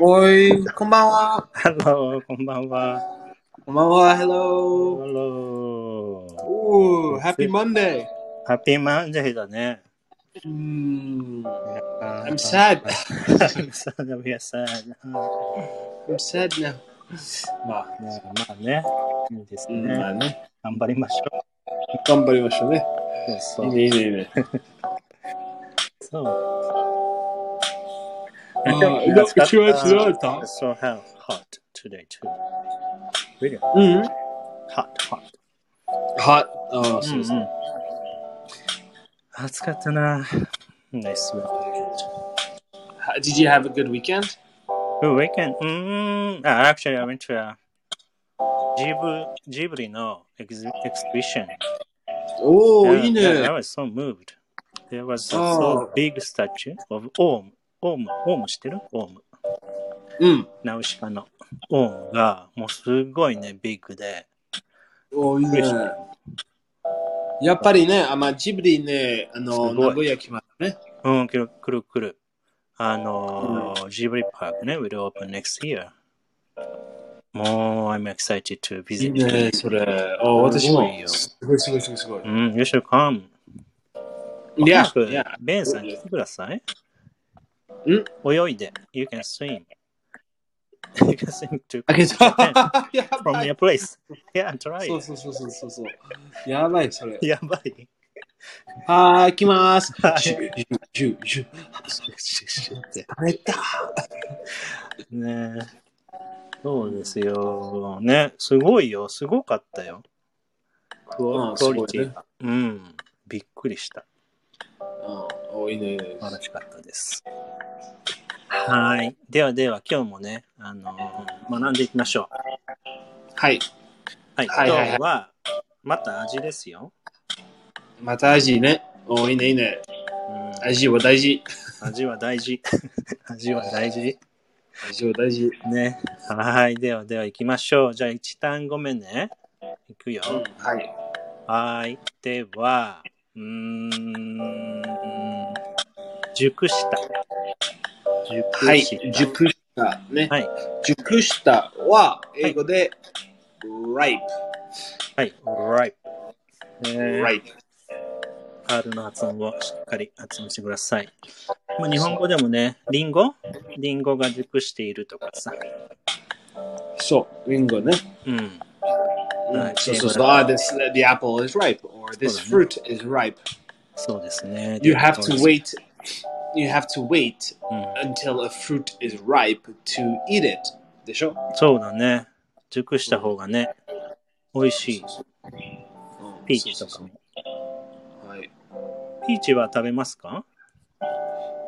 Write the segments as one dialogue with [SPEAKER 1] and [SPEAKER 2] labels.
[SPEAKER 1] おい、こんばんは。
[SPEAKER 2] Hello, こんばんは。
[SPEAKER 1] こんばんは、Hello。
[SPEAKER 2] Hello.
[SPEAKER 1] おー、Happy Monday。
[SPEAKER 2] Happy Monday だね。
[SPEAKER 1] うーん。
[SPEAKER 2] I'm
[SPEAKER 1] I'm sad.
[SPEAKER 2] I'm sad. We are sad.
[SPEAKER 1] I'm sad now. まあ、
[SPEAKER 2] ねまあね。いいです
[SPEAKER 1] うん
[SPEAKER 2] ね。
[SPEAKER 1] まあね。
[SPEAKER 2] 頑張りましょ
[SPEAKER 1] 頑張りましょうね。
[SPEAKER 2] う。そ
[SPEAKER 1] いういね、いいね、いいね。
[SPEAKER 2] そう。
[SPEAKER 1] あー
[SPEAKER 2] でも暑かった
[SPEAKER 1] 違う違うだ
[SPEAKER 2] It's so hot hot today too. Really
[SPEAKER 1] うん。
[SPEAKER 2] hot, hot.
[SPEAKER 1] は、ああ、そうです
[SPEAKER 2] うんう
[SPEAKER 1] ね。
[SPEAKER 2] ん暑かったな。ナイス。Good
[SPEAKER 1] Ha- Did you have a good weekend?
[SPEAKER 2] weekend. うーん。あ、actually, I went to a ジブジブリのエクゼエクスビション。
[SPEAKER 1] お
[SPEAKER 2] Yeah,
[SPEAKER 1] ー、いい
[SPEAKER 2] yeah, I
[SPEAKER 1] ね。
[SPEAKER 2] was so moved. There was a
[SPEAKER 1] Oh.
[SPEAKER 2] so big statue of オウム。オウム、オウム知ってるオウム。
[SPEAKER 1] うん。
[SPEAKER 2] ナウシカの。オウムが、もうすごいね、ビッグで。
[SPEAKER 1] おー、いいね。やっぱりね、あまあ、ジブリね、あの、
[SPEAKER 2] すごい
[SPEAKER 1] 名古屋来ましたね。
[SPEAKER 2] うん、くるくるくる。あのー、ジブリパークね、will open next year. もう、I'm excited to
[SPEAKER 1] いい
[SPEAKER 2] visit.
[SPEAKER 1] ね、それ。おー、私も
[SPEAKER 2] いい。よ
[SPEAKER 1] すごい、すごい、すごい、すごい。
[SPEAKER 2] うん、you should come.
[SPEAKER 1] いや、
[SPEAKER 2] 早く
[SPEAKER 1] いや。
[SPEAKER 2] ベンさん来てください。泳いで。You can swim. You can swim to
[SPEAKER 1] あけど
[SPEAKER 2] Japan
[SPEAKER 1] や
[SPEAKER 2] from
[SPEAKER 1] ばい
[SPEAKER 2] your place. Yeah, try
[SPEAKER 1] そう
[SPEAKER 2] it.
[SPEAKER 1] そうそうそうそうそう。やばい、それ。
[SPEAKER 2] やばい。
[SPEAKER 1] はーい、行きます。
[SPEAKER 2] はい
[SPEAKER 1] ジュジュジュジュ食べた。
[SPEAKER 2] ねそうですよ。ね、すごいよ。すごかったよ。ク
[SPEAKER 1] う
[SPEAKER 2] オ
[SPEAKER 1] ん
[SPEAKER 2] クオリテ
[SPEAKER 1] すごい
[SPEAKER 2] ィ
[SPEAKER 1] ね
[SPEAKER 2] が。うん。びっくりした。
[SPEAKER 1] うん、おいいね。いいね
[SPEAKER 2] 素晴らしかったです。はい。ではでは、今日もね、あのー学んでいきましょう。
[SPEAKER 1] はい、
[SPEAKER 2] はい。
[SPEAKER 1] はいはいはい
[SPEAKER 2] 今日は、また味ですよ。
[SPEAKER 1] また味ね。おいいね、いいね。
[SPEAKER 2] うん、
[SPEAKER 1] 味は大事。
[SPEAKER 2] 味は大事。 味は大事。
[SPEAKER 1] 味は大事。
[SPEAKER 2] ね。はい。ではでは、行きましょう。じゃあ、一単語目ね。いくよ。
[SPEAKER 1] うん、はい。
[SPEAKER 2] はい。では、うーん、熟した。
[SPEAKER 1] は
[SPEAKER 2] 熟
[SPEAKER 1] い
[SPEAKER 2] した。、
[SPEAKER 1] 熟した。ね。
[SPEAKER 2] はい。
[SPEAKER 1] 熟したは、英語で、ripe。
[SPEAKER 2] はい。ripe。えー
[SPEAKER 1] ripe。
[SPEAKER 2] R の発音をしっかり発音してください。まあ、日本語でもね、リンゴリンゴが熟しているとかさ。
[SPEAKER 1] そう、リンゴね。
[SPEAKER 2] うん。
[SPEAKER 1] うん
[SPEAKER 2] はい
[SPEAKER 1] そうそうそう。あ、this, the apple is ripe, or
[SPEAKER 2] そ
[SPEAKER 1] this
[SPEAKER 2] う
[SPEAKER 1] fruit is ripe.
[SPEAKER 2] そうですね。
[SPEAKER 1] You have
[SPEAKER 2] という
[SPEAKER 1] to
[SPEAKER 2] ことで
[SPEAKER 1] wait. You have to wait
[SPEAKER 2] うん。
[SPEAKER 1] until a fruit is ripe to eat it. でしょ
[SPEAKER 2] そうだね。熟した方がね、美味しい。ピーチとかも。
[SPEAKER 1] はい。
[SPEAKER 2] ピーチは食べますか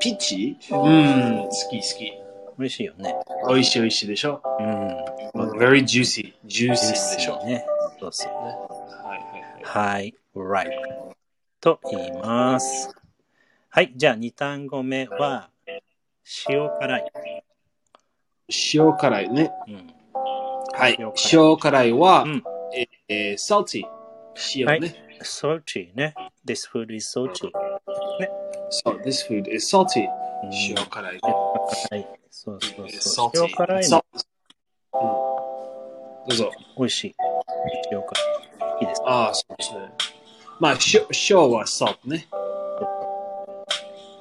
[SPEAKER 1] ピーチうん、好き好き。
[SPEAKER 2] 美味しいよね。
[SPEAKER 1] 美味しい美味しいでしょ
[SPEAKER 2] うん。
[SPEAKER 1] Oh, ?Very juicy. Juicy でしょ
[SPEAKER 2] そうね。そうそう。
[SPEAKER 1] はいはいはい。
[SPEAKER 2] はい、right と言います。はい、じゃあ2単語目は、塩辛い。
[SPEAKER 1] 塩辛いね。
[SPEAKER 2] うん、
[SPEAKER 1] はい
[SPEAKER 2] 塩。辛
[SPEAKER 1] 塩辛いは
[SPEAKER 2] うん、
[SPEAKER 1] えー、salty。塩
[SPEAKER 2] はい
[SPEAKER 1] ね。
[SPEAKER 2] salty ね。This food is salty.
[SPEAKER 1] そう、this food is salty.
[SPEAKER 2] うん
[SPEAKER 1] 塩辛いね。
[SPEAKER 2] はい、そうそうそう。
[SPEAKER 1] salty
[SPEAKER 2] 塩辛い
[SPEAKER 1] Salt-
[SPEAKER 2] の
[SPEAKER 1] うんどうぞ。
[SPEAKER 2] 美味しい。塩辛い。いいですか
[SPEAKER 1] ああ、そうですね。まあ、しょ塩は salt ね。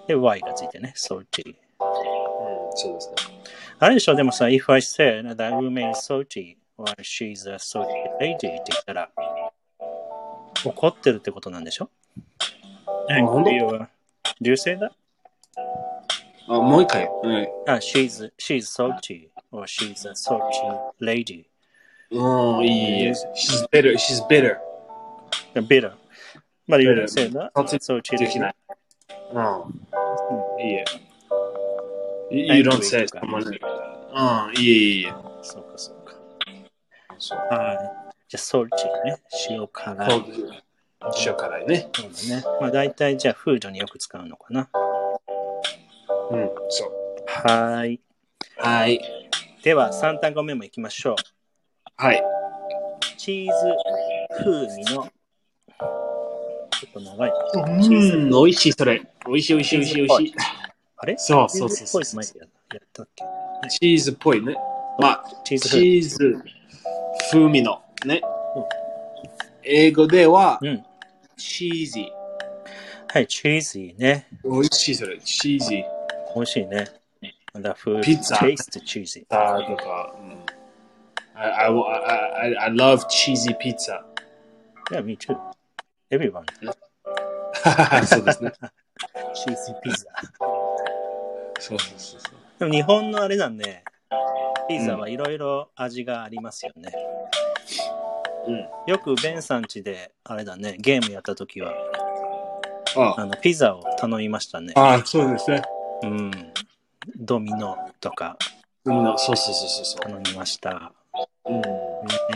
[SPEAKER 2] で、y がついてね、salty。
[SPEAKER 1] うん、そうですね。
[SPEAKER 2] あれでしょ、でもさ、if I said that woman is salty or she's a salty lady って言ったら、怒ってるってことなんでしょ
[SPEAKER 1] あほんと
[SPEAKER 2] ?Angry or, do you say that?
[SPEAKER 1] あ、もう一回。はい。
[SPEAKER 2] Ah, she's she's salty or she's a salty lady.
[SPEAKER 1] うん、いいえ。She's bitter, she's bitter.
[SPEAKER 2] A bitter. But you
[SPEAKER 1] Bitter.
[SPEAKER 2] don't say that.
[SPEAKER 1] Salty
[SPEAKER 2] salty
[SPEAKER 1] できない
[SPEAKER 2] lady.。
[SPEAKER 1] うん。いいえ。
[SPEAKER 2] Angry
[SPEAKER 1] You you don't say
[SPEAKER 2] と
[SPEAKER 1] it,
[SPEAKER 2] か
[SPEAKER 1] someone. うん、いいえいいえ。
[SPEAKER 2] そうかそうか。
[SPEAKER 1] そう
[SPEAKER 2] はい。じゃあ salty ね。塩辛
[SPEAKER 1] そ
[SPEAKER 2] い。
[SPEAKER 1] う塩辛いね。
[SPEAKER 2] そうだね。まあ大体じゃあフードによく使うのかな。
[SPEAKER 1] うん、そう。
[SPEAKER 2] はい。
[SPEAKER 1] はい。
[SPEAKER 2] では3単語目もいきましょう。
[SPEAKER 1] はい。
[SPEAKER 2] チーズ風味の。ちょっと長いな。
[SPEAKER 1] うん、美味しい、それ。美味しい、美味しい、美味しい、美味しい。
[SPEAKER 2] あれ
[SPEAKER 1] そうそうそう
[SPEAKER 2] チ
[SPEAKER 1] そ
[SPEAKER 2] ー
[SPEAKER 1] う
[SPEAKER 2] ズっぽい前やったっけ
[SPEAKER 1] チーズっぽいね。まあ、
[SPEAKER 2] チーズ
[SPEAKER 1] チーズ風味のね。英語では
[SPEAKER 2] うん。
[SPEAKER 1] チーズ。
[SPEAKER 2] はい、チーズいいね。
[SPEAKER 1] 美味しいそれ。チーズ。
[SPEAKER 2] 美味しいね。And that food
[SPEAKER 1] ピザ
[SPEAKER 2] tastes cheesy.
[SPEAKER 1] あーとか。うん I, I, I, I, I love cheesy pizza.
[SPEAKER 2] Yeah, me too. Everyone.
[SPEAKER 1] そうですね。
[SPEAKER 2] cheesy pizza.
[SPEAKER 1] そうそうそうそう。
[SPEAKER 2] でも日本のあれだね。ピザはいろいろ味がありますよね。
[SPEAKER 1] うん。
[SPEAKER 2] よくベンさん家で、あれだね、ゲームやった時は、
[SPEAKER 1] あ
[SPEAKER 2] あの、ピザを頼みましたね。
[SPEAKER 1] あー、そうですね。
[SPEAKER 2] うん。ドミノとか
[SPEAKER 1] 海のそうそうそうそうそ
[SPEAKER 2] 頼みました。
[SPEAKER 1] う。うん。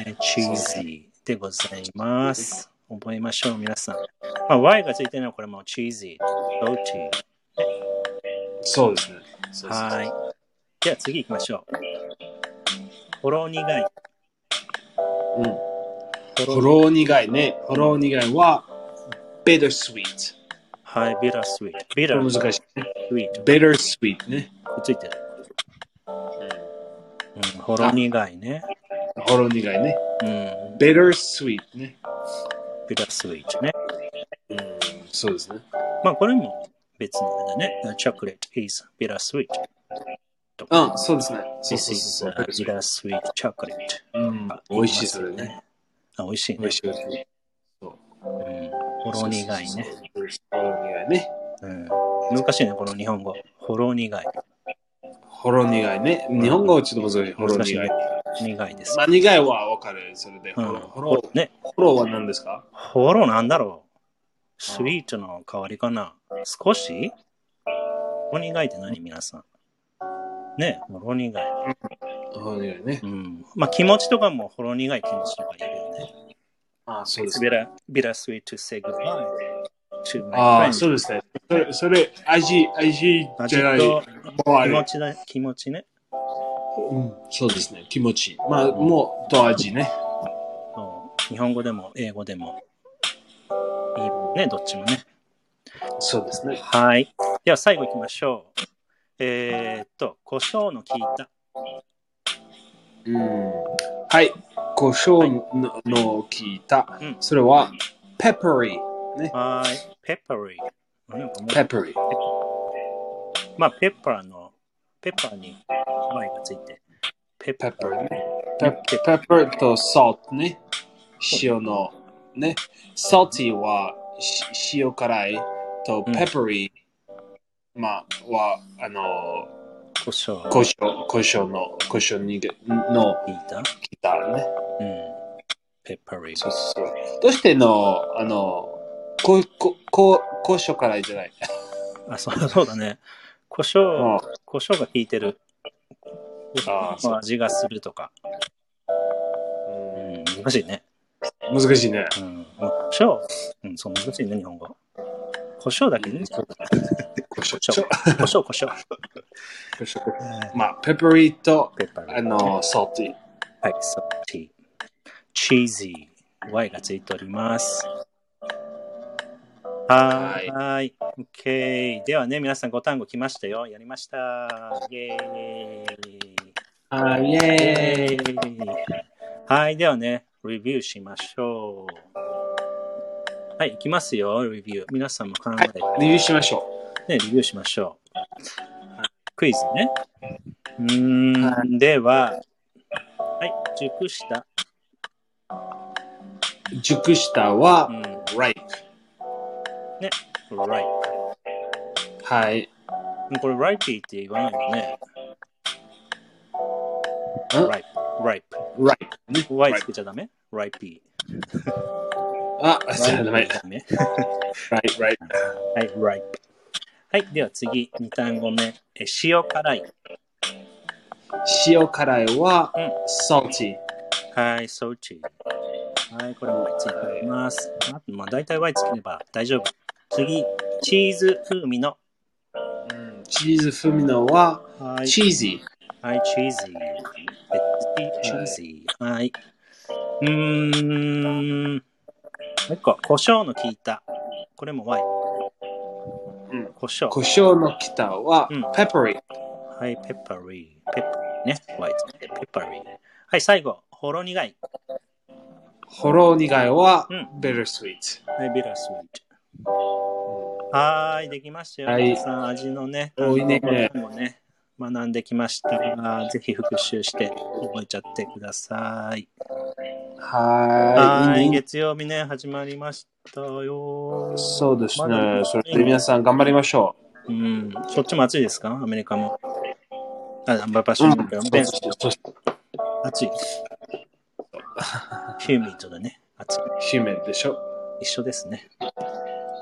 [SPEAKER 2] ね、チーズでございます。覚えましょう、皆さん。まあ、Y がついてるのはこれもチーズ、ローテ
[SPEAKER 1] そうですね。そうそ
[SPEAKER 2] ィ
[SPEAKER 1] うそう
[SPEAKER 2] はい。じゃあ次行きましょう。ほろ苦い。
[SPEAKER 1] うん。
[SPEAKER 2] ほ
[SPEAKER 1] ほ
[SPEAKER 2] ろ
[SPEAKER 1] ろ苦いね。ほろ苦いは、bitter sweet。
[SPEAKER 2] はい、ビラスウィート。ビラ
[SPEAKER 1] これ
[SPEAKER 2] ス
[SPEAKER 1] 難しいね。
[SPEAKER 2] ウィート。
[SPEAKER 1] bitter sweet ね。
[SPEAKER 2] くっついてる。うん、ほろ苦いね。
[SPEAKER 1] ほろ苦いね。
[SPEAKER 2] うん、
[SPEAKER 1] bitter sweet ね。
[SPEAKER 2] ビラスウィートね。
[SPEAKER 1] うん、そうですね。
[SPEAKER 2] まあ、これも別にあれだね。チョコレート is ビラスウィート。
[SPEAKER 1] うん、そうですね。そう
[SPEAKER 2] This
[SPEAKER 1] そう
[SPEAKER 2] is
[SPEAKER 1] そう
[SPEAKER 2] uh, ビ
[SPEAKER 1] そう。
[SPEAKER 2] ラスウィートチョコレート。
[SPEAKER 1] うん、美味しいそれね。。
[SPEAKER 2] あ、美味しい
[SPEAKER 1] 美
[SPEAKER 2] ね
[SPEAKER 1] 味。しい。美味しい
[SPEAKER 2] うん。ほろ苦いね。。
[SPEAKER 1] ほろ苦いね。
[SPEAKER 2] うん。難しいね、この日本語。ほろ苦い。
[SPEAKER 1] ほろ苦いね。日本語はちょっと難しい。ほろ
[SPEAKER 2] 難しい
[SPEAKER 1] 苦
[SPEAKER 2] ね
[SPEAKER 1] い。。
[SPEAKER 2] 苦いです
[SPEAKER 1] ま。あ、苦いはわかる。それで。
[SPEAKER 2] う
[SPEAKER 1] ほ
[SPEAKER 2] ん
[SPEAKER 1] ろ、ほろ、
[SPEAKER 2] ね、
[SPEAKER 1] ほろは何ですか
[SPEAKER 2] ほろなんだろう。スイートの代わりかな。少しほろ苦いって何皆さん。ね、ほろ苦い。
[SPEAKER 1] ほろ苦いね
[SPEAKER 2] う。ん。まあ気持ちとかもほろ苦い気持ちとかいるよね。
[SPEAKER 1] あ、そうですね
[SPEAKER 2] It's。bitter, bittersweet to say goodbye to my
[SPEAKER 1] ああ、
[SPEAKER 2] friend.
[SPEAKER 1] そうですね。それ、それ味、味じゃない。
[SPEAKER 2] 味と
[SPEAKER 1] もうあ
[SPEAKER 2] 気持
[SPEAKER 1] れ、
[SPEAKER 2] ちだ、気持ちね。
[SPEAKER 1] うん。そうですね。気持ちいい。まあ、もう、と味ね。
[SPEAKER 2] そう日本語でも英語でもいいもんね、どっちもね。
[SPEAKER 1] そうですね。
[SPEAKER 2] はい。では最後行きましょう。えーっと、胡椒の効いた。
[SPEAKER 1] うん。はい。胡椒のの効いた
[SPEAKER 2] うん。
[SPEAKER 1] それは、peppery。
[SPEAKER 2] はい。ペッパリー。なんかもう
[SPEAKER 1] peppery。
[SPEAKER 2] まあ、ペッパーの、ペッパーに Y がついて。ペッパー。
[SPEAKER 1] pepper ね。pe- pepper と salt ね。塩の、ね。salty は、し塩辛いと、
[SPEAKER 2] うん
[SPEAKER 1] peppery、まあ、は、あの、
[SPEAKER 2] 胡椒の
[SPEAKER 1] 胡
[SPEAKER 2] 効
[SPEAKER 1] 椒、胡椒の、胡椒にげの
[SPEAKER 2] いた。
[SPEAKER 1] ギターね。
[SPEAKER 2] うん。ペッパリー。
[SPEAKER 1] そうそうそう。どうしての、あの、こ、こ、こ、胡椒辛いじゃない。
[SPEAKER 2] あ、そうそうだね。胡 椒、胡椒が効いてる。
[SPEAKER 1] あーそう
[SPEAKER 2] 味がするとか。う、
[SPEAKER 1] うん
[SPEAKER 2] 難しいね。
[SPEAKER 1] ん難しいね。
[SPEAKER 2] うん、まあ胡椒、うん、そう難しいね、日本語。胡椒だけね。
[SPEAKER 1] 胡
[SPEAKER 2] 胡
[SPEAKER 1] 椒。
[SPEAKER 2] 椒、胡 椒、胡椒。
[SPEAKER 1] 胡椒。まあ、ペパリと、
[SPEAKER 2] ペッパー。
[SPEAKER 1] あの、ソーティ。
[SPEAKER 2] はい、ソーティー。チーズィー。Y がついております。はーい。はい。OK。ではね、皆さんご単語来ましたよ。やりました。イェーイ。
[SPEAKER 1] あイェーイ。
[SPEAKER 2] はい。ではね、レビューしましょう。はい、いきますよ、レビュー。皆さんも考えて。
[SPEAKER 1] 理由しましょ
[SPEAKER 2] ね、レビューしましょう。クイズね。うーん、では、はい、熟した。
[SPEAKER 1] う。熟した
[SPEAKER 2] う
[SPEAKER 1] は、
[SPEAKER 2] ん、
[SPEAKER 1] ripe。
[SPEAKER 2] right。
[SPEAKER 1] はい。
[SPEAKER 2] これ、ripe って言わないよね。
[SPEAKER 1] ん
[SPEAKER 2] ripe、ripe。
[SPEAKER 1] ripe。ね。
[SPEAKER 2] y つけちゃダメ ?ripe。
[SPEAKER 1] あ、じゃあダメ。
[SPEAKER 2] ダメ
[SPEAKER 1] right, right.
[SPEAKER 2] はい、ripe。はい、では次、2単語目。え塩辛い。
[SPEAKER 1] 塩辛いは
[SPEAKER 2] うん、
[SPEAKER 1] salty。
[SPEAKER 2] はい、ソーチ。はい、これも Y ついております。あとまあ、大体 Y つければ大丈夫。次、チーズ風味の。
[SPEAKER 1] うんチーズ風味のは、
[SPEAKER 2] はい
[SPEAKER 1] cheesy。
[SPEAKER 2] はい、チーズイ。チーズイ。はい。うーん。もう一個、胡椒の効いた。これも Y。
[SPEAKER 1] うん
[SPEAKER 2] 胡椒。
[SPEAKER 1] 胡椒の北は
[SPEAKER 2] うん、
[SPEAKER 1] ペパリ。
[SPEAKER 2] はい、ペッパリー。ペッパリーね。ホワイトでペッパリー。はい、最後、ほろ苦い。
[SPEAKER 1] ほろ苦いは
[SPEAKER 2] うん、
[SPEAKER 1] ビルスイート。
[SPEAKER 2] はい、ビラスイート。はーい、できましたよ。
[SPEAKER 1] はい
[SPEAKER 2] 皆さん、味のね、
[SPEAKER 1] 多いね
[SPEAKER 2] 単語もね、学んできました。ぜひ復習して覚えちゃってください。
[SPEAKER 1] は
[SPEAKER 2] は
[SPEAKER 1] ー
[SPEAKER 2] ーい、
[SPEAKER 1] いいいね。
[SPEAKER 2] 月曜日ね、始まりましたよ。
[SPEAKER 1] そうです
[SPEAKER 2] まだ
[SPEAKER 1] ね。それで皆さん頑張りましょ
[SPEAKER 2] うん、そっちも暑いですかアメリカも。あ、ババシ
[SPEAKER 1] う。う
[SPEAKER 2] ュ
[SPEAKER 1] ん
[SPEAKER 2] ンペン。ペン
[SPEAKER 1] そうそう
[SPEAKER 2] 暑い。ヒューミッドだね。暑い。
[SPEAKER 1] 姫でしょ。
[SPEAKER 2] 一緒ですね。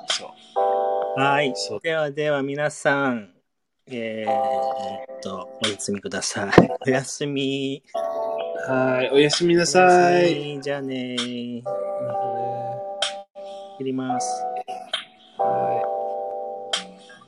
[SPEAKER 1] そう。
[SPEAKER 2] はい。
[SPEAKER 1] そう
[SPEAKER 2] ではでは皆さん、えーっと、お休みください。おやすみ。
[SPEAKER 1] はい。おやすみな
[SPEAKER 2] お
[SPEAKER 1] さ
[SPEAKER 2] やす
[SPEAKER 1] い。
[SPEAKER 2] み。じゃあねー。切ります。